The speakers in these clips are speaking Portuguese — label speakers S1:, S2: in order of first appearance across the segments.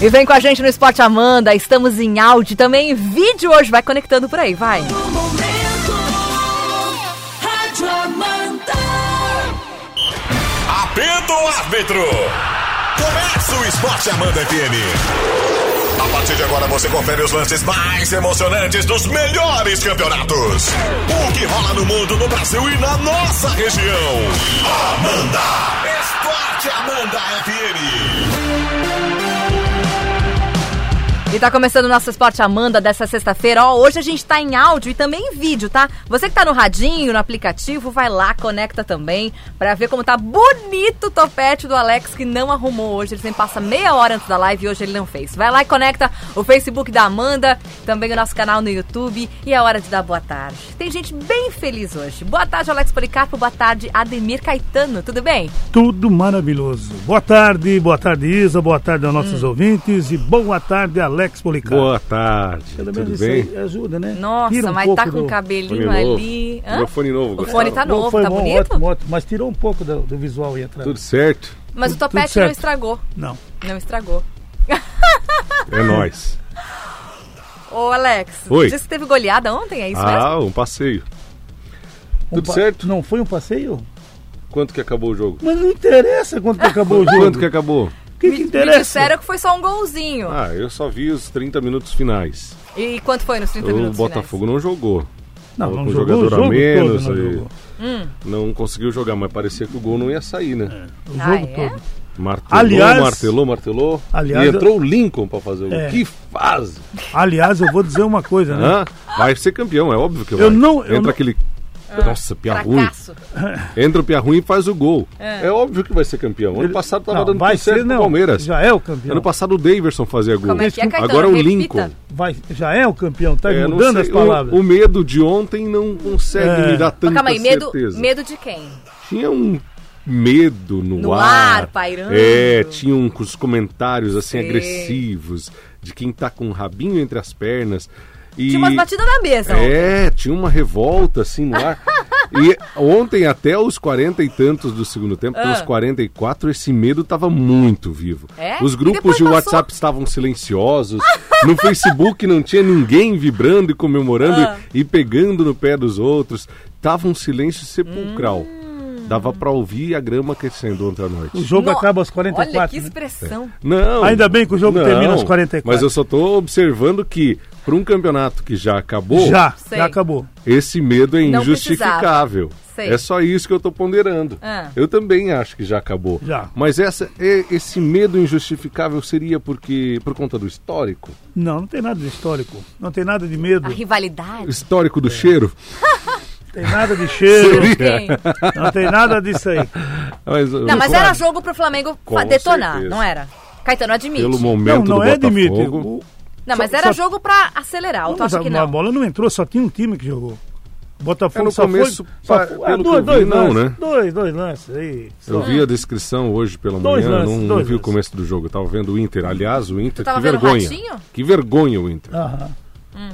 S1: E vem com a gente no Esporte Amanda, estamos em áudio também, em vídeo hoje, vai conectando por aí, vai.
S2: No momento, Rádio Amanda.
S3: Apita o árbitro! Começa o Esporte Amanda FM. A partir de agora você confere os lances mais emocionantes dos melhores campeonatos. O que rola no mundo, no Brasil e na nossa região. Amanda! Esporte Amanda FM.
S1: E tá começando o nosso Esporte Amanda dessa sexta-feira. Ó, hoje a gente tá em áudio e também em vídeo, tá? Você que tá no radinho, no aplicativo, vai lá, conecta também pra ver como tá bonito o topete do Alex que não arrumou hoje. Ele sempre passa meia hora antes da live e hoje ele não fez. Vai lá e conecta o Facebook da Amanda, também o nosso canal no YouTube e é hora de dar boa tarde. Tem gente bem feliz hoje. Boa tarde, Alex Policarpo. Boa tarde, Ademir Caetano. Tudo bem?
S4: Tudo maravilhoso. Boa tarde, boa tarde, Isa, boa tarde aos nossos ouvintes e boa tarde, Alex Policarpo.
S5: Hum. Boa tarde,
S4: Pelo menos
S5: tudo
S4: isso
S5: bem?
S4: aí ajuda, né?
S1: Nossa,
S4: Tira um
S1: mas
S4: pouco
S1: tá com o
S4: do-
S1: cabelinho
S5: Fone novo.
S1: ali. Hã?
S5: Microfone novo,
S1: O
S5: Gustavo.
S1: fone tá novo,
S4: foi
S1: tá
S4: bom,
S1: bonito?
S4: Ótimo, ótimo, mas tirou um pouco do, do visual aí atrás.
S5: Tudo certo?
S1: Mas o
S4: Tudo- tudo
S1: topete não
S4: certo.
S1: estragou.
S4: Não.
S1: Não estragou.
S5: É nóis.
S1: Ô, Alex,
S5: Oi.
S1: disse que teve goleada ontem, é isso mesmo?
S5: Ah, um passeio. Tudo certo?
S4: Não foi um passeio?
S5: Quanto que acabou o jogo?
S4: Mas não interessa quanto que acabou o jogo.
S5: Quanto que acabou?
S4: O que, que
S1: Me
S4: interessa?
S1: disseram que foi só um golzinho.
S5: Ah, eu só vi os 30 minutos finais.
S1: E quanto foi nos 30
S5: O
S1: minutos finais?
S5: Botafogo não jogou.
S4: Não,
S5: Tava
S4: não
S5: com
S4: jogou
S5: jogador
S4: o jogo
S5: a menos.
S4: todo, não
S5: e
S4: jogou.
S5: não conseguiu jogar, mas parecia que o gol não ia sair, né?
S4: O jogo
S1: Ah, é?
S4: todo.
S5: Martelou,
S4: Aliás-
S5: martelou, martelou.
S4: Aliás,
S5: e entrou o Lincoln pra fazer o gol.
S4: É.
S5: Que fase!
S4: Aliás, eu vou dizer uma coisa, né?
S5: Hã? Vai ser campeão, é óbvio que vai.
S4: Eu não- eu
S5: Entra
S4: não-
S5: aquele... Nossa, Pia Tá ruim.
S1: Ah, Fracasso.
S5: Entra o Pia ruim e faz o gol. É, óbvio que vai ser campeão. Ano passado tava
S4: Não,
S5: dando
S4: vai
S5: tudo certo
S4: ser,
S5: pro
S4: não.
S5: Palmeiras.
S4: Já é o campeão.
S5: Ano passado o Daverson fazia gol.
S1: Como é que é, Caetano?
S5: Agora o
S1: Repita.
S5: Lincoln.
S4: Vai, já é o campeão, tá
S5: É, não
S4: mudando
S5: sei,
S4: as palavras.
S5: O, o medo de ontem não consegue
S4: É.
S5: me dar
S1: Mas
S5: tanta
S1: calma aí, medo,
S5: certeza.
S1: medo de quem?
S5: Tinha um medo no,
S1: No
S5: ar.
S1: ar, pairando.
S5: É, tinha um, os comentários assim
S1: Sei.
S5: agressivos de quem tá com o rabinho entre as pernas. E...
S1: Tinha umas batidas na mesa. ontem.
S5: É, tinha uma revolta assim no ar. E ontem, até os 40 e tantos do segundo tempo,
S1: Ah.
S5: até os 44, esse medo estava muito vivo.
S1: É?
S5: Os
S1: E depois
S5: grupos de
S1: passou?
S5: WhatsApp estavam silenciosos. No Facebook não tinha ninguém vibrando e comemorando
S1: Ah.
S5: e pegando no pé dos outros. Tava um silêncio sepulcral.
S1: Hum.
S5: Dava pra ouvir a grama crescendo ontem à
S4: O
S5: noite.
S4: jogo
S1: No-
S4: acaba aos
S1: Olha que
S4: 44. né?
S1: expressão.
S5: Não.
S4: Ainda bem que o jogo
S5: não,
S4: termina aos 44.
S5: Mas eu só tô observando que, para um campeonato que já acabou,
S4: Já,
S1: Sei.
S4: já acabou.
S5: Esse medo é
S1: Não
S5: injustificável.
S1: Sei.
S5: É só isso que eu tô ponderando.
S1: Ah.
S5: Eu também acho que já acabou.
S4: Já.
S5: Mas essa, e- esse medo injustificável seria porque por conta do histórico?
S4: Não, não tem nada de histórico. Não tem nada de medo.
S5: É.
S1: A rivalidade.
S5: Histórico do cheiro?
S4: Não tem nada de cheiro.
S1: Quem?
S4: não tem nada disso aí.
S5: Mas,
S1: Não, mas era jogo pro Flamengo
S5: Com
S1: detonar,
S5: certeza.
S1: não era? Caetano, admite.
S5: Pelo
S4: Não,
S5: momento
S4: não
S5: do
S4: é de mito.
S5: Botafogo.
S4: O-
S1: Não, mas
S4: Só-
S1: era
S4: só-
S1: jogo pra acelerar. Ou tu
S4: Mas
S1: acha que
S4: a, a
S1: não?
S4: bola não entrou, só tinha um time que jogou. O Botafogo
S5: É, no
S4: só
S5: começo,
S4: foi, só
S5: pa-
S4: foi- Ah,
S5: pelo
S4: dois,
S5: que eu vi,
S4: dois
S5: não,
S4: lances,
S5: né?
S4: Dois, dois lances é aí.
S5: Eu vi a descrição hoje pela
S4: Dois
S5: manhã,
S4: lances,
S5: não, não
S4: dois
S5: vi o
S4: lances.
S5: começo do jogo. Eu tava vendo o Inter. Aliás, o Inter,
S1: tava
S5: que
S1: vendo o
S5: vergonha.
S1: Ratinho?
S5: Que vergonha o Inter.
S4: Aham.
S1: Hum.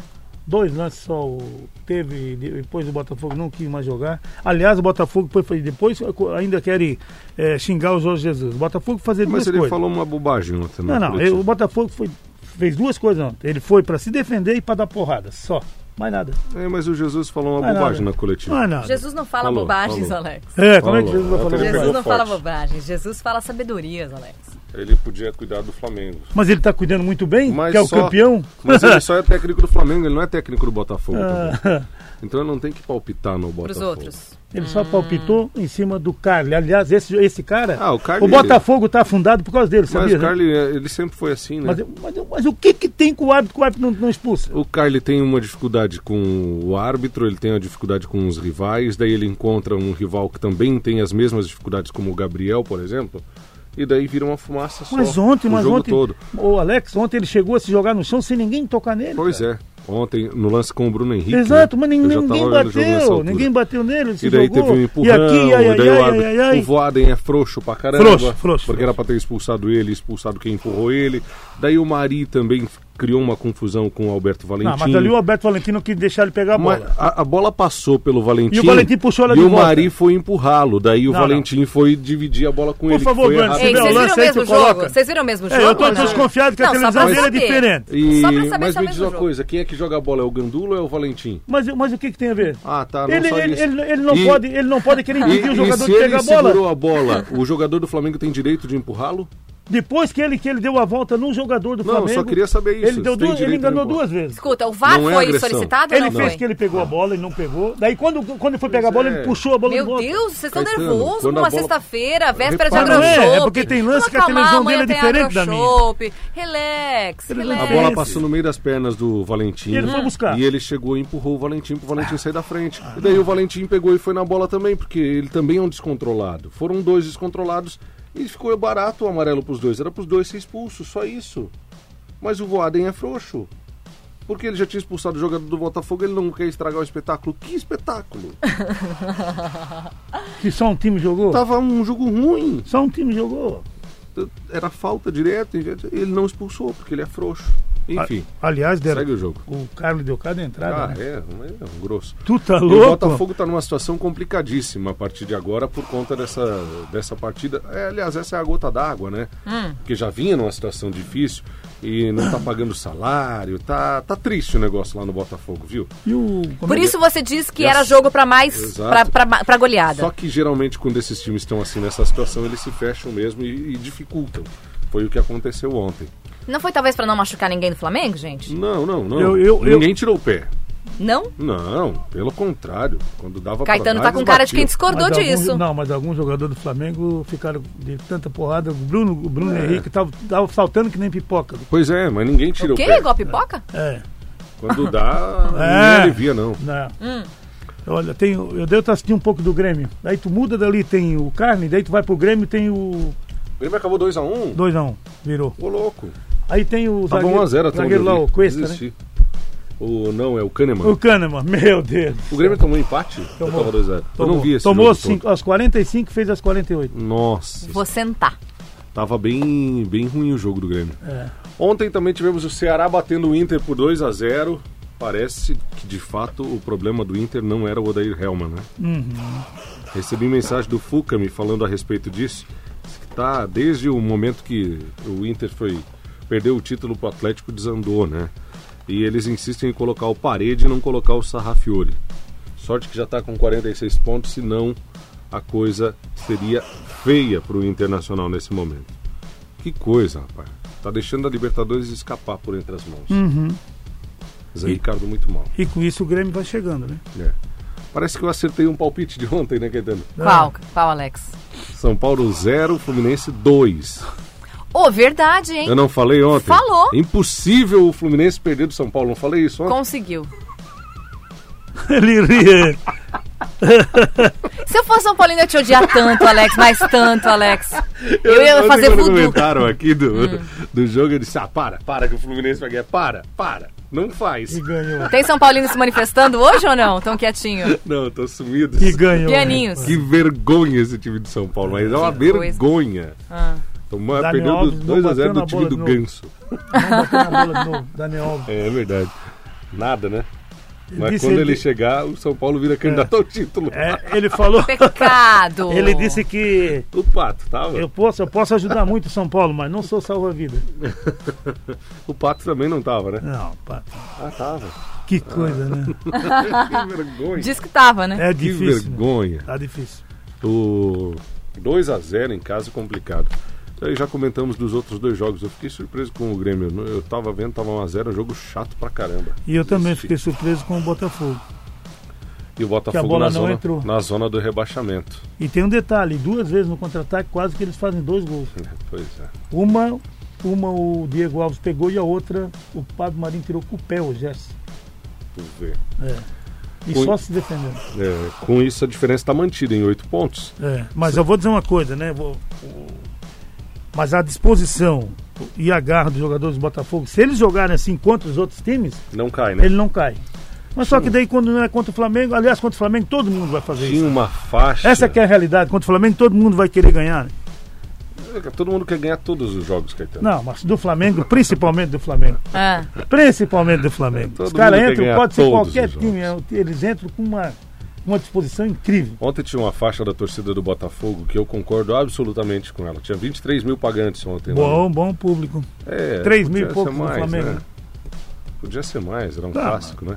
S4: Dois lances só o- teve, depois o Botafogo não quis mais jogar. Aliás, o Botafogo foi, foi- depois ainda querem eh, xingar o Jorge Jesus. O Botafogo fazer
S5: Mas
S4: duas
S5: ele
S4: coisas.
S5: falou uma bobagem ontem. na
S4: Não, não,
S5: coletiva.
S4: ele- o Botafogo foi- fez duas coisas ontem. Ele foi pra se defender e pra dar porrada, só. Mais nada.
S5: É, mas o Jesus falou uma
S4: Não é
S5: bobagem
S4: nada.
S5: na coletiva.
S4: Mais nada.
S1: Jesus não fala
S5: Falou,
S1: bobagens,
S5: falou.
S1: Alex.
S4: É, como é que
S5: Falou.
S4: Jesus vai
S5: Ontem
S4: falar?
S5: ele
S4: mais
S1: Jesus
S5: pegou
S4: nada?
S1: não
S5: forte.
S1: fala bobagens, Jesus fala sabedorias, Alex.
S5: Ele podia cuidar do Flamengo.
S4: Mas ele tá cuidando muito bem,
S5: Mas
S4: que é o
S5: só-
S4: campeão.
S5: Mas ele só é técnico do Flamengo, ele não é técnico do Botafogo.
S4: Ah.
S5: também. Então ele não tem que palpitar no Botafogo.
S1: Pros outros.
S4: Ele só palpitou em cima do Carly. Aliás, esse, esse cara.
S5: Ah, o Carly-
S4: Botafogo tá afundado por causa dele,
S5: Mas
S4: sabia?
S5: o
S4: né?
S5: Carly, é, ele sempre foi assim, né?
S4: Mas, mas- mas o que, que tem com o árbitro que o árbitro não, não expulsa?
S5: O Carly tem uma dificuldade com o árbitro, ele tem uma dificuldade com os rivais, daí ele encontra um rival que também tem as mesmas dificuldades como o Gabriel, por exemplo, e daí vira uma fumaça só.
S4: Mas ontem,
S5: o
S4: mas
S5: jogo
S4: ontem.
S5: todo.
S4: O Alex, ontem ele chegou a se jogar no chão sem ninguém tocar nele.
S5: Pois é. Ontem, no lance com o Bruno Henrique.
S4: Exato,
S5: né?
S4: mas
S5: Eu
S4: ninguém,
S5: já tava
S4: ninguém
S5: olhando o jogo nessa
S4: bateu.
S5: altura.
S4: Ninguém bateu nele. ele se
S5: E daí
S4: jogou.
S5: teve um empurrão,
S4: E aqui, ai, ai,
S5: e daí o
S4: ai,
S5: árbitro-
S4: ai, ai.
S5: o Voaden é frouxo pra caramba.
S4: Frouxo, frouxo,
S5: Porque era pra ter expulsado ele, expulsado quem empurrou ele. Daí o Mari também criou uma confusão com o Alberto Valentim.
S4: Não, mas ali o Alberto Valentino quis deixar ele pegar a
S5: Mas
S4: bola.
S5: a, a bola passou pelo Valentim.
S4: E o Valentim puxou ela
S5: e
S4: de
S5: o
S4: volta.
S5: Mari foi empurrá-lo. Daí o
S4: Não,
S5: Valentim foi dividir a bola com
S4: Por
S5: ele. que
S4: favor,
S5: foi
S4: Bruno,
S5: errado.
S4: você
S1: Ei,
S4: vê o
S1: vocês viram
S4: lance
S1: o
S4: aí,
S1: mesmo
S4: tu coloca.
S1: jogo? Vocês viram o mesmo
S4: É,
S1: jogo?
S4: eu tô
S1: Não,
S4: desconfiado que a
S1: Não, só pra
S4: televisão dele é
S1: saber.
S4: diferente.
S5: E-
S1: Só pra saber
S5: mas
S1: se é
S5: me
S1: o
S5: diz
S1: mesmo
S5: uma
S1: jogo.
S5: coisa: quem é que joga a bola? É o Gandula ou é o Valentim?
S4: Mas, mas o que, que tem a ver?
S5: Ah, tá. Não
S4: Ele,
S5: só
S4: ele,
S5: isso.
S4: ele, ele não
S5: E-
S4: pode, ele não pode querer
S5: E,
S4: impedir o
S5: e
S4: jogador
S5: se
S4: de pegar
S5: ele
S4: a bola.
S5: segurou a bola, o jogador do Flamengo tem direito de empurrá-lo?
S4: Depois que ele, que ele deu a volta no jogador do
S5: Não, eu
S4: Flamengo.
S5: só queria saber isso.
S4: Ele, deu
S5: Você tem
S4: duas, ele
S5: direito a
S4: enganou
S5: não
S4: duas vezes.
S1: Escuta, o VAR
S5: Não é
S1: foi
S5: agressão.
S1: solicitado
S4: Ele
S1: ou não
S4: fez
S1: foi?
S4: que ele pegou a bola, ele não pegou. Daí quando, quando ele foi pegar a bola,
S5: Pois
S4: ele
S5: é.
S4: puxou a bola de
S1: Meu
S4: volta.
S1: Deus, vocês estão
S5: Caetano,
S1: nervosos
S5: quando a
S1: numa
S5: bola-
S1: sexta-feira, véspera de
S5: Repara, não
S1: agrochope.
S5: é?
S4: É porque tem lance
S1: Vamos
S4: que a
S1: acalmar,
S4: televisão dele é
S1: amanhã tem
S4: diferente da minha.
S1: agrochope. Relax,
S4: Ele não-
S5: A
S1: relax.
S5: bola
S4: É.
S5: passou no meio das pernas do Valentim.
S4: E ele foi buscar.
S5: E ele chegou e empurrou o Valentim pro Valentim sair da frente. E daí o Valentim pegou e foi na bola também, porque ele também é um descontrolado. Foram dois descontrolados e ficou barato o amarelo pros dois. Era pros dois ser expulsos, só isso. Mas o Voaden é frouxo. Porque ele já tinha expulsado o jogador do Botafogo, ele não quer estragar o espetáculo. Que espetáculo!
S4: Que só um time jogou?
S5: Tava um jogo ruim.
S4: Só um time jogou.
S5: Era falta direto, ele não expulsou, porque ele é frouxo. Enfim,
S4: A- aliás, deram,
S5: segue o jogo.
S4: o Carlos deu cada entrada.
S5: Ah,
S4: né?
S5: é, é um grosso.
S4: Tu tá
S5: E
S4: louco?
S5: O Botafogo está numa situação complicadíssima a partir de agora por conta dessa, dessa partida. É, aliás, essa é a gota d'água, né?
S1: Hum.
S5: Porque já vinha numa situação difícil e não tá pagando salário, tá, tá triste o negócio lá no Botafogo, viu?
S4: E o, como
S1: Por
S4: é
S1: isso você disse que
S5: Yes.
S1: era jogo pra mais,
S5: Exato.
S1: pra, pra, pra goleada.
S5: Só que geralmente quando esses times estão assim nessa situação, eles se fecham mesmo e, e dificultam. Foi o que aconteceu ontem.
S1: Não foi talvez pra não machucar ninguém do Flamengo, gente?
S5: Não, não, não.
S4: Eu- eu- eu-
S5: Ninguém tirou o pé.
S1: Não?
S5: Não, pelo contrário. Quando dava pra
S1: Caetano tá
S5: dar,
S1: com cara
S5: eles
S1: de quem
S5: batiam.
S1: discordou
S4: Mas alguns-
S1: disso.
S4: não, mas alguns jogadores do Flamengo ficaram de tanta porrada. O Bruno, o Bruno
S5: É.
S4: Henrique tava, tava saltando que nem pipoca.
S5: Pois é, mas ninguém tirou
S1: O
S5: o
S1: quê?
S5: pé.
S1: Igual a pipoca?
S4: É.
S5: Quando dá,
S4: É.
S5: não alivia, não.
S4: Né?
S1: Hum.
S4: Olha, tem, o- eu devo assistir um pouco do Grêmio. Daí tu muda dali, tem o Carne, daí tu vai pro Grêmio, tem o
S5: O Grêmio acabou 2x1.
S4: 2x1, virou.
S5: Ô, louco.
S4: Aí tem o
S5: Tava
S4: zagueiro,
S5: 1x0 até
S4: zagueiro
S5: onde eu
S4: lá,
S5: vi.
S4: o Cuesta, né?
S5: Desisti. O, não, é o Kahneman.
S4: O
S5: O,
S4: Kahneman, meu Deus.
S5: Grêmio tomou empate? Eu
S4: Tomou.
S5: Tava 2x0. Eu não vi esse
S4: Tomou
S5: jogo
S4: cinco, as 45 fez as 48.
S5: todo. Nossa,
S1: Vou sentar.
S5: tava bem, bem ruim o jogo do Grêmio. Ontem também tivemos o Ceará batendo o Inter por 2x0. Parece que, de fato, o problema do Inter não era o Odair Helman, né? Recebi mensagem do Fuca me falando a respeito disso. Diz que Tá, desde o momento que o Inter foi perdeu o título pro Atlético, desandou, né? E eles insistem em colocar o Parede e não colocar o Sarrafiore. Sorte que já tá com 46 pontos, senão a coisa seria feia pro Internacional nesse momento. Que coisa, rapaz. Tá deixando a Libertadores escapar por entre as mãos. Zé Ricardo muito mal.
S4: E com isso o Grêmio vai chegando, né?
S5: É. Parece que eu acertei um palpite de ontem, né, Caetano?
S1: Qual? Qual, Alex?
S5: São Paulo 0, Fluminense 2.
S1: Ô, verdade, hein?
S5: Eu não falei ontem?
S1: Falou.
S5: Impossível o Fluminense perder do São Paulo. Não falei isso ontem?
S1: Conseguiu.
S4: Ele ri.
S1: Se eu fosse São Paulino, eu te odiar tanto, Alex, mais tanto, Alex. Eu, ia
S5: ontem,
S1: fazer
S5: quando
S1: voodoo. Hum.
S5: comentaram aqui do, do jogo, eu disse, ah, para, para que o Fluminense vai ganhar. Para, para. Não faz.
S4: E ganhou.
S1: Tem São Paulino se manifestando hoje ou não? Tão quietinho.
S5: Não, tô sumido.
S4: E ganhou.
S1: Pianinhos.
S4: É.
S5: Que vergonha esse time de São Paulo. Mas é uma
S1: coisa.
S5: vergonha.
S1: Ah.
S5: Tomar,
S4: Daniel
S5: perdeu
S4: Alves não
S5: 2 a
S4: bateu
S5: 0 do
S4: na
S5: time
S4: bola
S5: do
S4: de novo.
S5: Ganso.
S4: Vamos bater na bola de novo, Daniel Alves.
S5: É, é verdade. Nada, né? Mas
S4: disse
S5: quando
S4: ele-
S5: ele chegar, o São Paulo vira candidato ao título.
S4: É, ele falou.
S1: Pecado.
S4: Ele disse que
S5: O Pato, tava?
S4: eu posso, eu posso ajudar muito o São Paulo, mas não sou salva-vida.
S5: O Pato também não tava, né?
S4: Não, pá.
S5: Ah, tava.
S4: Que coisa, né?
S5: Que vergonha.
S1: Diz que tava, né?
S4: É
S5: Ah, Que
S4: difícil. né?
S5: vergonha.
S4: Tá difícil.
S5: O 2 a 0 em casa é complicado. Aí já comentamos dos outros dois jogos. Eu fiquei surpreso com o Grêmio. Eu tava vendo, tava 1 a 0, jogo chato pra caramba.
S4: E eu também
S5: Esse-
S4: fiquei surpreso com o Botafogo.
S5: E o
S4: que a
S5: Botafogo
S4: bola
S5: na
S4: não
S5: zona,
S4: entrou.
S5: na zona do rebaixamento.
S4: E tem um detalhe, duas vezes no contra-ataque quase que eles fazem dois gols.
S5: Pois é.
S4: Uma, uma o Diego Alves pegou e a outra o Pablo Marinho tirou com o pé o Gerson.
S5: Tu vê.
S4: E
S5: Oi.
S4: só se defendendo.
S5: É, com isso a diferença tá mantida em 8 pontos.
S4: É, mas eu vou dizer uma coisa, né? Vou- o- mas a disposição e a garra dos jogadores do Botafogo, se eles jogarem assim contra os outros times,
S5: Não cai, né?
S4: ele não cai. Mas só que daí quando não é contra o Flamengo, aliás, contra o Flamengo todo mundo vai fazer
S5: Tinha
S4: isso. é
S5: uma faixa.
S4: Essa que é a realidade, contra o Flamengo todo mundo vai querer ganhar. né?
S5: Todo mundo quer ganhar todos os jogos, Caetano.
S4: Não, mas do Flamengo, principalmente do Flamengo.
S1: Ah,
S4: Principalmente do Flamengo.
S5: Todo
S4: Os caras
S5: mundo quer
S4: entram,
S5: ganhar
S4: pode ser
S5: todos
S4: qualquer
S5: os jogos.
S4: time, eles entram com uma, uma disposição incrível.
S5: Ontem tinha uma faixa da torcida do Botafogo que eu concordo absolutamente com ela. Tinha 23 mil pagantes ontem. lá.
S4: Bom, bom público.
S5: É,
S4: 3
S5: podia
S4: mil e
S5: ser
S4: poucos no
S5: mais,
S4: Flamengo.
S5: né? Podia ser mais, era um
S4: Tá,
S5: clássico, né?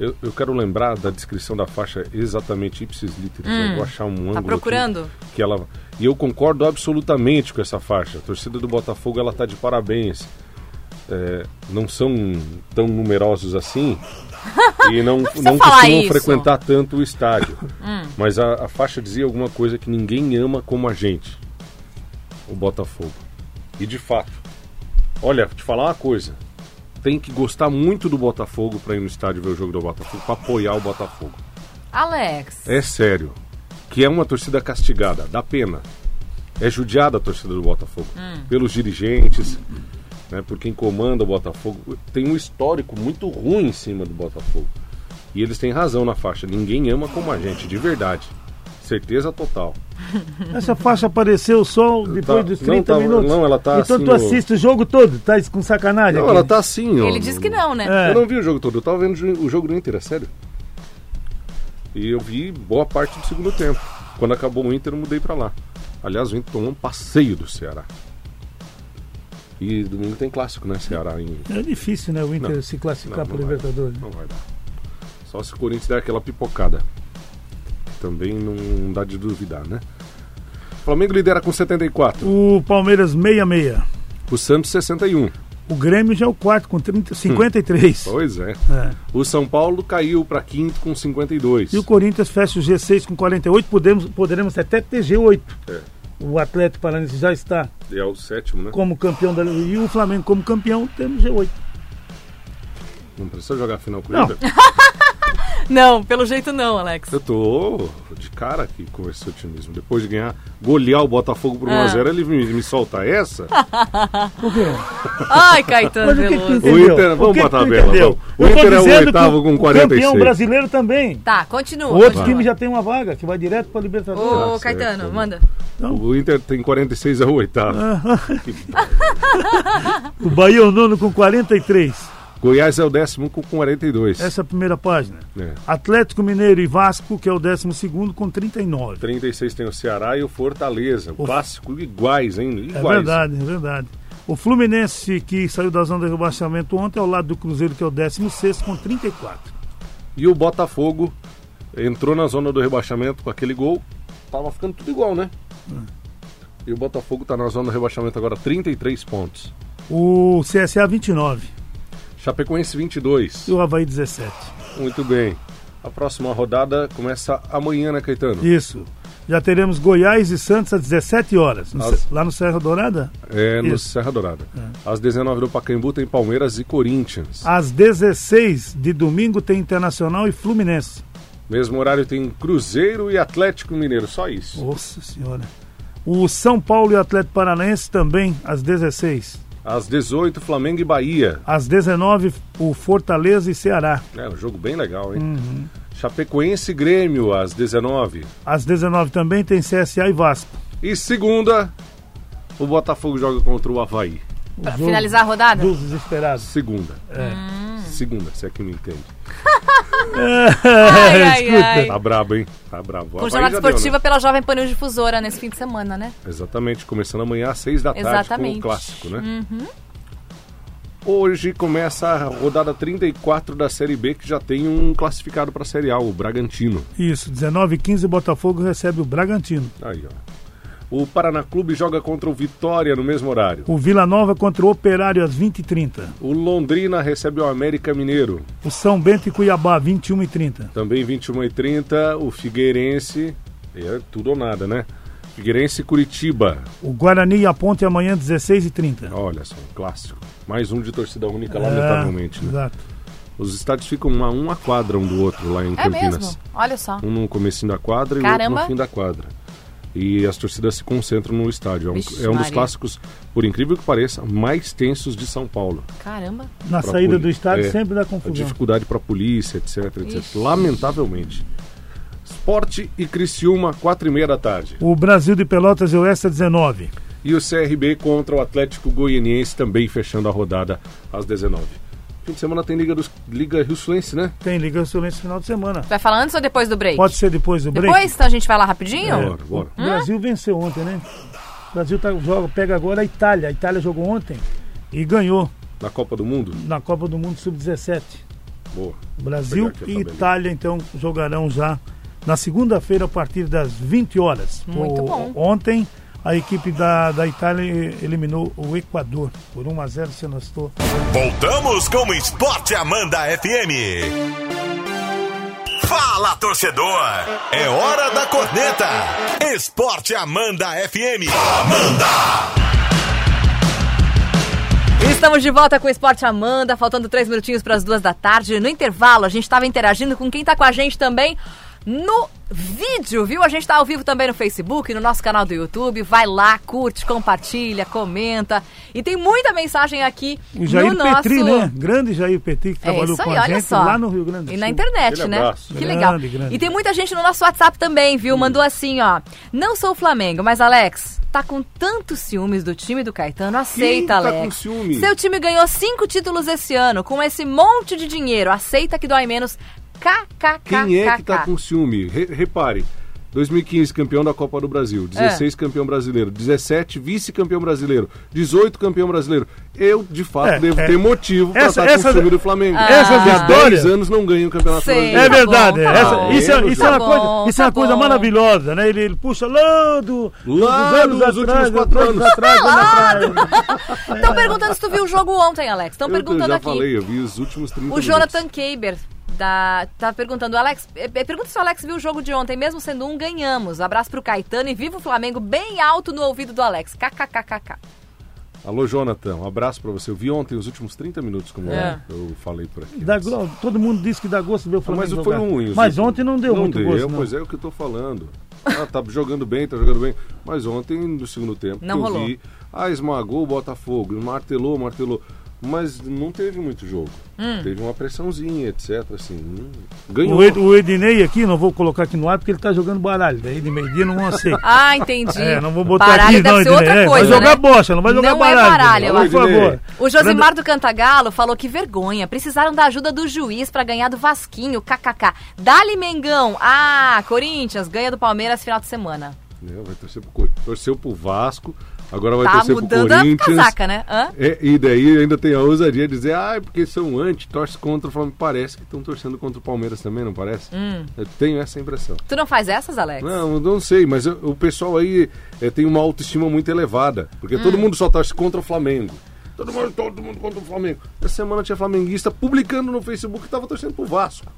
S5: Eu, eu quero lembrar da descrição da faixa exatamente ipsis literis. eu vou achar um ângulo.
S1: tá
S5: aqui
S1: procurando?
S5: Que, ela... E eu concordo absolutamente com essa faixa. A torcida do Botafogo, ela tá de parabéns. É, não são tão numerosos assim e não,
S1: falar
S5: não, costumam
S1: isso. Hum.
S5: frequentar tanto o estádio. Mas a, a faixa dizia alguma coisa que ninguém ama como a gente. O Botafogo. E de fato, olha, te falar uma coisa. Tem que gostar muito do Botafogo pra ir no estádio ver o jogo do Botafogo, pra apoiar o Botafogo.
S1: Alex.
S5: É sério. Que é uma torcida castigada, dá pena. É judiada a torcida do Botafogo.
S1: Hum.
S5: Pelos dirigentes, né, por quem comanda o Botafogo. Tem um histórico muito ruim em cima do Botafogo. E eles têm razão na faixa. Ninguém ama como a gente, de verdade. Certeza total.
S4: Essa faixa apareceu só depois
S5: Tá,
S4: dos
S5: não,
S4: 30
S5: tá,
S4: minutos.
S5: não, ela tá
S4: então
S5: assim
S4: tu
S5: no-
S4: assiste o jogo todo, tá com sacanagem.
S5: Não,
S4: aqui.
S5: ela tá assim, ó.
S1: Ele disse que não, né?
S4: É.
S5: Eu não vi o jogo todo, eu tava vendo o jogo do Inter, é sério. E eu vi boa parte do segundo tempo. Quando acabou o Inter, eu mudei pra lá. Aliás, o Inter tomou um passeio do Ceará. E domingo tem clássico, né? Ceará em.
S4: É difícil, né, o Inter
S5: Não.
S4: se classificar
S5: Não,
S4: para
S5: não
S4: o
S5: vai
S4: Libertadores. né?
S5: dar. Não vai dar. Só se o Corinthians der aquela pipocada. Também não dá de duvidar, né? O Flamengo lidera com 74,
S4: O Palmeiras 66.
S5: o Santos 61.
S4: O Grêmio já é o quarto com
S5: Hum.
S4: 30, 53.
S5: Pois é.
S4: É.
S5: O São Paulo caiu pra quinto com 52.
S4: E o Corinthians fecha o G6 com 48, podemos, poderemos até ter G8.
S5: É.
S4: O Atlético Paranaense já está
S5: E é o sétimo, né?
S4: como campeão da E o Flamengo como campeão, temos G8.
S5: Não precisa jogar final com
S4: Não.
S5: ele?
S1: Não, pelo jeito não, Alex.
S5: Eu tô de cara aqui com esse otimismo. Depois de ganhar, golear o Botafogo
S4: Ah.
S5: por 1x0, ele me, me solta essa?
S4: Por quê?
S1: Ai, Caetano
S4: Mas o que, que tu
S1: Veloso.
S4: entendeu?
S5: O Inter-
S4: O
S5: vamos
S4: que que
S5: botar
S4: tu
S5: a tabela,
S4: entendeu?
S5: vamos. O
S4: Eu tô
S5: Inter é o
S4: dizendo que
S5: oitavo com 46.
S4: O campeão brasileiro também.
S1: Tá, continua.
S4: O outro
S1: continua.
S4: time já tem uma vaga, que vai direto para Libertadores.
S1: Ô,
S5: Tá
S1: Caetano,
S5: certo.
S1: manda.
S5: O Inter tem 46 a 8.
S4: Ah.
S5: Que...
S4: O Bahia é o nono com 43.
S5: Goiás é o décimo com 42.
S4: Essa é a primeira página.
S5: É.
S4: Atlético Mineiro e Vasco, que é o décimo segundo, com 39.
S5: 36 tem o Ceará e o Fortaleza. O
S4: O-
S5: clássico iguais, hein?
S4: É
S5: Iguais.
S4: verdade, é verdade. O Fluminense, que saiu da zona de rebaixamento ontem, ao lado do Cruzeiro, que é o décimo sexto, com 34.
S5: E o Botafogo entrou na zona do rebaixamento com aquele gol. Tava ficando tudo igual, né?
S4: Ah.
S5: E o Botafogo tá na zona do rebaixamento agora, 33 pontos.
S4: O CSA 29
S5: Chapecoense 22.
S4: e o Havaí 17.
S5: Muito bem. A próxima rodada começa amanhã, né, Caetano?
S4: Isso. Já teremos Goiás e Santos às 17 horas. no
S5: Às-
S4: Ce- Lá no Serra Dourada?
S5: É no
S4: Isso.
S5: Serra Dourada. Às 19 do Pacaembu tem Palmeiras e Corinthians.
S4: Às 16 de domingo tem Internacional e Fluminense.
S5: Mesmo horário tem Cruzeiro e Atlético Mineiro, só isso.
S4: Nossa senhora. O São Paulo e o Atlético Paranaense também às 16.
S5: Às 18, Flamengo e Bahia.
S4: Às 19, o Fortaleza e Ceará.
S5: É um jogo bem legal, hein? Chapecoense e Grêmio às 19.
S4: Às 19 também tem CSA e Vasco.
S5: E segunda, o Botafogo joga contra o Havaí.
S4: O
S1: Pra
S4: jogo
S1: finalizar a rodada?
S4: Dos desesperados.
S5: Segunda. Segunda, se é que me entende.
S1: Ai, ai,
S4: É, escuta.
S1: ai.
S5: Tá brabo, hein? Tá brabo. O
S1: Com
S5: Havaí
S1: jornada
S5: já deu, né?
S1: esportiva pela Jovem Panil Difusora nesse fim de semana, né?
S5: Exatamente, começando amanhã às seis da tarde com
S1: Exatamente.
S5: o clássico, né? Hoje começa a rodada 34 da Série B, que já tem um classificado para a Série A, o Bragantino.
S4: Isso, 19 e 15 Botafogo recebe o Bragantino.
S5: Aí, ó. O Paraná Clube joga contra o Vitória no mesmo horário.
S4: O Vila Nova contra o Operário às 20 e 30.
S5: O Londrina recebe o América Mineiro,
S4: O São Bento e Cuiabá 21 e 30.
S5: também 21h30. O Figueirense, é tudo ou nada, né? Figueirense e Curitiba,
S4: O Guarani e a Ponte amanhã 16 e 30.
S5: olha só, um clássico. Mais um de torcida única, lamentavelmente,
S4: É,
S5: né?
S4: Exato.
S5: Os estádios ficam a uma quadra um do outro lá em
S1: É
S5: Campinas.
S1: mesmo? Olha só.
S5: um no comecinho da quadra e o outro
S1: Caramba.
S5: no fim da quadra. E as torcidas se concentram no estádio. É um,
S1: Vixe
S5: é um dos
S1: Maria.
S5: clássicos, por incrível que pareça, mais tensos de São Paulo.
S1: Caramba.
S4: Na
S5: Pra
S4: saída
S5: poli-
S4: do estádio
S5: é,
S4: sempre dá
S5: A
S4: confusão.
S5: dificuldade para a polícia, etc, etc.
S1: Ixi.
S5: Lamentavelmente. Esporte e Criciúma, 4 e meia da tarde.
S4: O Brasil de Pelotas e Oeste 19.
S5: E o CRB contra o Atlético Goianiense também fechando a rodada às 19. Fim de semana tem Liga, dos, Liga Rio Sulense, né?
S4: Tem Liga do Silêncio no final de semana.
S1: Vai falar antes ou depois do break?
S4: Pode ser depois do break?
S1: Depois, então a gente vai lá rapidinho?
S5: Bora, bora.
S4: O Brasil venceu ontem, né? O Brasil tá, joga, pega agora a Itália. A Itália jogou ontem e ganhou
S5: Na Copa do Mundo?
S4: na Copa do Mundo Sub-17.
S5: Boa.
S4: Brasil
S5: Vou pegar aqui a
S4: e
S5: tabelinha.
S4: Itália, então, jogarão já na segunda-feira, a partir das 20 horas.
S1: Muito bom.
S4: Ontem, a equipe da, da Itália eliminou o Equador por 1 a 0 se não estou.
S3: Voltamos com o Esporte Amanda FM. Fala, torcedor! É hora da corneta! Esporte Amanda FM. Amanda!
S5: É.
S1: Estamos de volta com o Esporte Amanda, faltando três minutinhos para as duas da tarde. No intervalo, a gente estava interagindo com quem está com a gente também no vídeo, viu? A gente está ao vivo também no Facebook, no nosso canal do YouTube. Vai lá, curte, compartilha, comenta. E tem muita mensagem aqui
S4: O Jair
S1: no nosso.
S4: Petri, né? Grande Jair Petri, que
S1: É
S4: trabalhou
S1: isso
S4: com
S1: aí,
S4: a
S1: olha
S4: gente
S1: só.
S4: lá no Rio Grande do
S1: E
S4: Sul.
S1: na internet,
S5: Aquele
S1: né?
S5: abraço.
S1: Que
S4: Grande,
S1: legal.
S4: grande.
S1: E tem muita gente no nosso WhatsApp também, viu? Mandou assim, ó. Não sou flamengo, mas Alex, tá com tantos ciúmes do time do Caetano. Aceita,
S5: tá
S1: Alex.
S5: com ciúme?
S1: Seu time ganhou cinco títulos esse ano, com esse monte de dinheiro. Aceita que dói menos. KKKK.
S5: Quem é que tá com ciúme? Re- repare. 2015, campeão da Copa do
S1: Ah.
S5: Brasil. 16, campeão brasileiro. 17, vice-campeão brasileiro. 18, campeão brasileiro. Eu, de fato,
S4: É,
S5: devo
S4: é.
S5: ter motivo pra
S4: Essa-
S5: estar com
S4: essas-
S5: ciúme do Flamengo.
S1: Ah.
S4: essas
S5: Que há
S4: histórias-
S5: 10 anos não ganha o campeonato
S1: Sei.
S5: brasileiro.
S4: É
S1: Tá
S4: verdade,
S1: bom, tá
S4: essa-
S5: bom.
S4: isso, é, isso é
S5: Tá
S4: uma
S1: bom,
S4: coisa, isso é uma
S1: tá
S4: coisa
S1: bom.
S4: maravilhosa, né? Ele, ele puxa lá do,
S5: Lá
S4: dos anos
S5: dos
S4: atrás,
S5: últimos
S4: dos
S5: quatro anos.
S4: atrás, dos anos atrás.
S1: Estão perguntando se tu viu o jogo ontem, Alex. Estão
S5: Eu- eu
S1: perguntando
S5: já
S1: aqui.
S5: falei, eu vi os últimos 30
S1: O Jonathan Kaber da, tá perguntando, Alex, eh, eh, pergunta se o Alex viu o jogo de ontem, mesmo sendo um, ganhamos. Abraço pro Caetano e viva o Flamengo bem alto no ouvido do Alex. KKKKK.
S5: Alô, Jonathan, um abraço pra você. Eu vi ontem os últimos 30 minutos, como
S1: É.
S5: eu falei por aqui.
S4: Dá go- todo mundo diz que dá gosto de ver o
S5: Ah,
S4: Flamengo
S5: mas foi
S4: jogar.
S5: ruim. os
S4: Mas
S5: últimos-
S4: ontem não deu muito
S5: deu,
S4: gosto, não.
S5: Pois é, é o que eu tô falando. Ah, tá jogando bem, tá jogando bem. Mas ontem, no segundo tempo,
S1: Não
S5: que eu
S1: rolou.
S5: vi, ah, esmagou o Botafogo, martelou, martelou. Mas não teve muito jogo.
S1: Hum.
S5: Teve uma pressãozinha, etc. Assim, hum, ganhou.
S4: O, Ed- o Ednei aqui, não vou colocar aqui no ar porque ele tá jogando baralho. Daí de meio-dia não vão aceitar.
S1: Ah, entendi.
S4: É, não vou botar
S1: Baralho
S4: aqui,
S1: deve
S4: não,
S1: ser
S4: Ednei.
S1: outra
S4: É,
S1: coisa,
S4: vai jogar
S1: né?
S4: bocha, não vai jogar
S1: Não é
S4: baralho. né?
S1: baralho, eu
S4: por
S5: acho.
S4: favor.
S1: O Josimar do Cantagalo falou que vergonha, precisaram da ajuda do juiz pra ganhar do Vasquinho, kkk. Dali Mengão, ah, Corinthians, ganha do Palmeiras final de semana.
S5: Né, Vai torcer pro, Cor- torceu pro Vasco, agora vai
S1: Tá
S5: torcer pro
S1: mudando a
S5: Corinthians.
S1: casaca, né? Hã?
S5: É, e daí ainda tem a ousadia de dizer, ah, é porque são anti, torce contra o Flamengo. Parece que estão torcendo contra o Palmeiras também, não parece?
S1: Hum.
S5: Eu tenho essa impressão.
S1: Tu não faz essas, Alex?
S5: Não, eu não sei, mas eu- o pessoal aí é, tem uma autoestima muito elevada. Porque
S1: Hum.
S5: todo mundo só torce contra o Flamengo. Todo mundo, todo mundo contra o Flamengo. Essa semana tinha flamenguista publicando no Facebook que tava torcendo pro Vasco.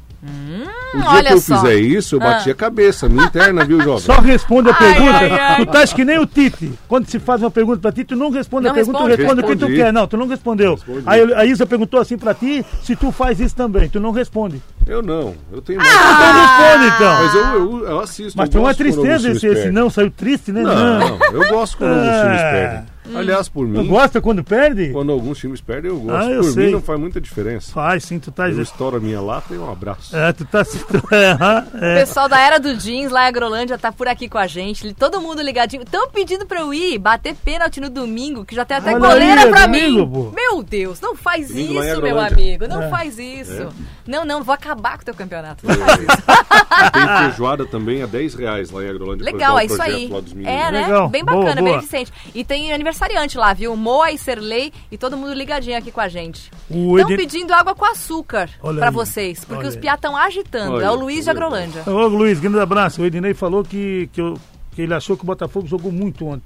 S5: o dia
S1: Hum, olha
S5: que eu
S1: só. Ah.
S5: fizer isso, eu bati a cabeça, minha interna, viu, jovem?
S4: Só responde a
S1: Ai,
S4: pergunta.
S1: ai, ai.
S4: Tu tá que nem o Tite. Quando se faz uma pergunta pra ti, tu não responde
S1: Não
S4: a pergunta,
S1: responde.
S4: tu responde o que tu
S5: Respondi.
S4: quer. Não, tu não respondeu.
S5: Respondi.
S4: Aí ele- a Isa perguntou assim pra ti se tu faz isso também. Tu não responde.
S5: Eu não, eu tenho mais.
S1: Ah!
S4: Tu não responde, então.
S5: Mas eu, eu, eu assisto.
S4: Mas
S5: eu
S4: foi uma
S5: gosto quando algum
S4: tristeza
S5: time
S4: esse, esse
S5: perde.
S4: não, saiu triste, né?
S5: Não, eu gosto quando alguns times
S4: É.
S5: perdem. Aliás, por
S4: Tu
S5: mim,
S4: gosta quando perde?
S5: quando alguns times perdem, eu gosto.
S4: Ah, eu
S5: por
S4: sei.
S5: mim não faz muita diferença.
S4: Faz, sim, tu tá.
S5: Eu estouro a minha lata e um abraço.
S4: É, tu tá se. Aham,
S1: O
S4: é.
S1: pessoal da Era do Jeans lá em Agrolândia tá por aqui com a gente. Todo mundo ligadinho. Tão pedindo pra eu ir bater pênalti no domingo, que já tem até
S4: Olha
S1: coleira
S4: aí, é
S1: pra
S4: domingo,
S1: mim.
S4: pô. É.
S1: Meu Deus, não faz
S5: Domingo lá em
S1: isso, meu
S5: Agrolândia. É.
S1: amigo. Não faz isso. Não, não, vou acabar com o teu campeonato. Não faz isso.
S5: Tem feijoaada também a 10 reais lá em Agrolândia. pra ajudar
S1: Ah, Legal,
S5: o
S1: é isso
S5: projeto
S1: aí.
S5: lá dos meninos.
S1: É, né?
S4: Legal,
S1: Bem
S4: boa,
S1: bacana,
S4: boa.
S1: beneficente. E tem aniversariante lá, viu? Moa e Serlei e todo mundo ligadinho aqui com a gente.
S4: O
S1: Estão
S4: Eden-
S1: pedindo água com açúcar
S4: Olha
S1: pra
S4: aí,
S1: vocês, porque
S4: olha
S1: os
S4: aí.
S1: piá estão agitando.
S5: Olha,
S1: é o Luiz de
S5: olha.
S1: Agrolândia.
S4: Ô, Luiz, grande abraço. O Ednei falou que, que, eu- que ele achou que o Botafogo jogou muito ontem.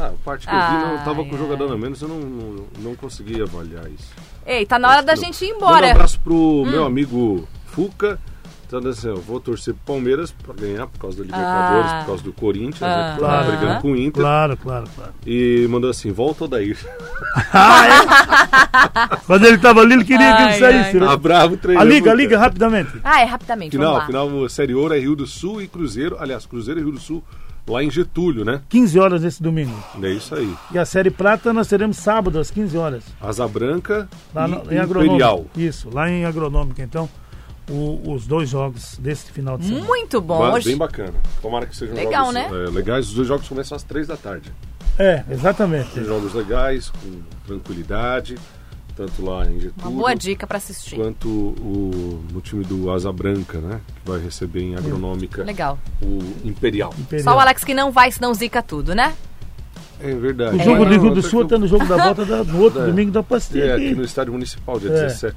S5: Ah, a parte que eu vi, não, eu tava
S1: Ai,
S5: com o jogador a menos, eu não, não, não consegui avaliar isso.
S1: Ei, tá na hora da
S5: Não.
S1: gente ir
S5: Manda Um
S1: embora. Hum.
S5: abraço pro meu amigo Fuca. Tá dizendo assim, eu vou torcer pro Palmeiras pra ganhar, por causa da Libertadores,
S1: Ah.
S5: por causa do Corinthians,
S1: Ah.
S5: né, que tá
S4: Claro.
S5: brigando com o Inter.
S4: Claro, claro, claro.
S5: E mandou assim, volta o Daí.
S4: Ah, é? Quando ele tava ali, ele queria que ele
S1: Ai,
S4: saísse.
S1: ai.
S4: né?
S5: Ah, bravo,
S4: A
S5: treinador.
S4: liga, a liga, rapidamente.
S1: Ah, é rapidamente, vamos
S5: Final,
S1: lá.
S5: final, Série Ouro é Rio do Sul e Cruzeiro. Aliás, Cruzeiro e Rio do Sul lá em Getúlio, né?
S4: 15 horas esse domingo.
S5: É isso aí.
S4: E a Série Prata nós teremos sábado às 15 horas.
S5: Asa Branca
S4: Lá
S5: e
S4: no- em
S5: Imperial.
S4: Agronômica. Isso, lá em Agronômica, então. o- os dois jogos desse final
S1: Hum?
S4: de semana.
S1: Muito bom.
S5: Mas
S1: Hoje,
S5: bem bacana. Tomara que sejam
S1: Legal,
S5: jogos
S1: né?
S5: é, legais. Os dois jogos começam às três da tarde.
S4: É, exatamente.
S5: São jogos legais, com tranquilidade, tanto lá em Getúlio
S1: uma boa dica pra assistir.
S5: quanto o, no time do Asa Branca, né? Que vai receber em agronômica
S1: Hum. Legal.
S5: o Imperial.
S1: Só o
S4: Imperial.
S1: Alex que não vai, senão zica tudo, né?
S5: É verdade.
S4: O jogo
S5: Mas
S4: do
S5: não,
S4: Rio do
S5: até
S4: Sul
S5: que
S4: tá no jogo da volta da- no outro
S5: É.
S4: domingo da
S5: eu- É
S4: pastilha.
S5: aqui no estádio municipal, dia
S4: É.
S5: 17.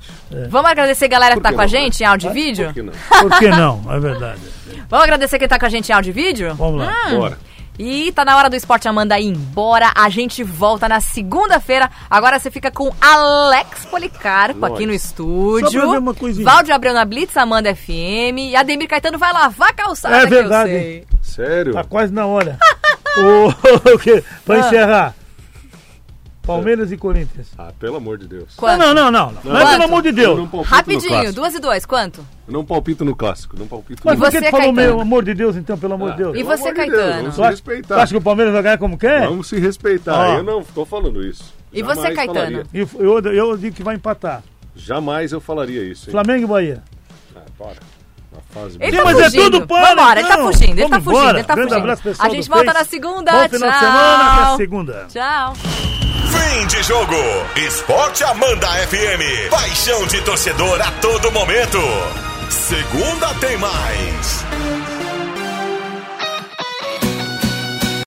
S1: Vamos agradecer a galera que
S5: Por
S1: tá
S5: que
S1: com a
S5: não, né?
S1: gente em áudio e vídeo?
S5: Por que não?
S4: Por que não? É verdade.
S1: Vamos agradecer quem tá com a gente em áudio e vídeo?
S4: Vamos lá.
S1: Ah.
S5: Bora.
S1: E tá na hora do Esporte Amanda ir embora. A gente volta na segunda-feira. Agora você fica com Alex Policarpo
S5: Nós.
S1: aqui no
S4: Só pra ver
S1: estúdio.
S4: uma coisinha.
S1: Valde Abreu na Blitz, Amanda FM. E Ademir Caetano vai lavar a calçada,
S4: É
S1: que
S4: verdade.
S1: eu sei.
S5: Sério?
S4: Tá quase na hora. Ô, o quê?
S1: Ah.
S4: pra encerrar. Palmeiras e Corinthians.
S5: Ah, pelo amor de Deus.
S1: Quanto?
S4: Não, não, não, não. Não é pelo amor de
S5: Eu não
S4: Deus.
S5: palpito no
S1: Rapidinho,
S5: clássico.
S1: duas e duas, quanto?
S5: Eu Não palpito no clássico. Não palpito
S4: Mas
S5: no
S1: você,
S4: por que tu falou
S1: Caetano?
S4: meu amor de Deus então, pelo amor de Deus?
S1: E
S5: Pelo
S1: você,
S5: amor de
S1: Caetano?
S5: Deus,
S4: Tu
S5: vamos
S4: acha,
S5: se
S4: tu
S5: Ah, respeitar.
S4: acha que o Palmeiras vai ganhar como quer?
S5: Vamos se respeitar.
S4: Ó.
S5: Eu não tô falando isso.
S1: É. E você,
S5: Jamais
S1: Caetano?
S5: falaria.
S4: E eu, eu digo que vai empatar.
S5: Jamais eu falaria isso. Hein?
S4: Flamengo e Bahia.
S5: Ah, para. Uma fase
S1: Ele
S5: muito-
S1: tá
S4: mas é
S1: fugindo.
S4: tudo para,
S1: Vambora, ele tá
S4: então.
S1: fugindo, ele tá
S4: Vamos
S1: fugindo,
S4: embora.
S1: ele tá
S4: Grande
S1: fugindo.
S4: abraço, pessoal
S1: a gente
S4: do
S1: volta
S4: Face.
S1: na segunda.
S4: Bom
S1: tchau.
S4: final de semana, até segunda.
S1: Tchau.
S3: Fim de jogo. Esporte Amanda FM. Paixão de torcedor a todo momento. Segunda tem mais.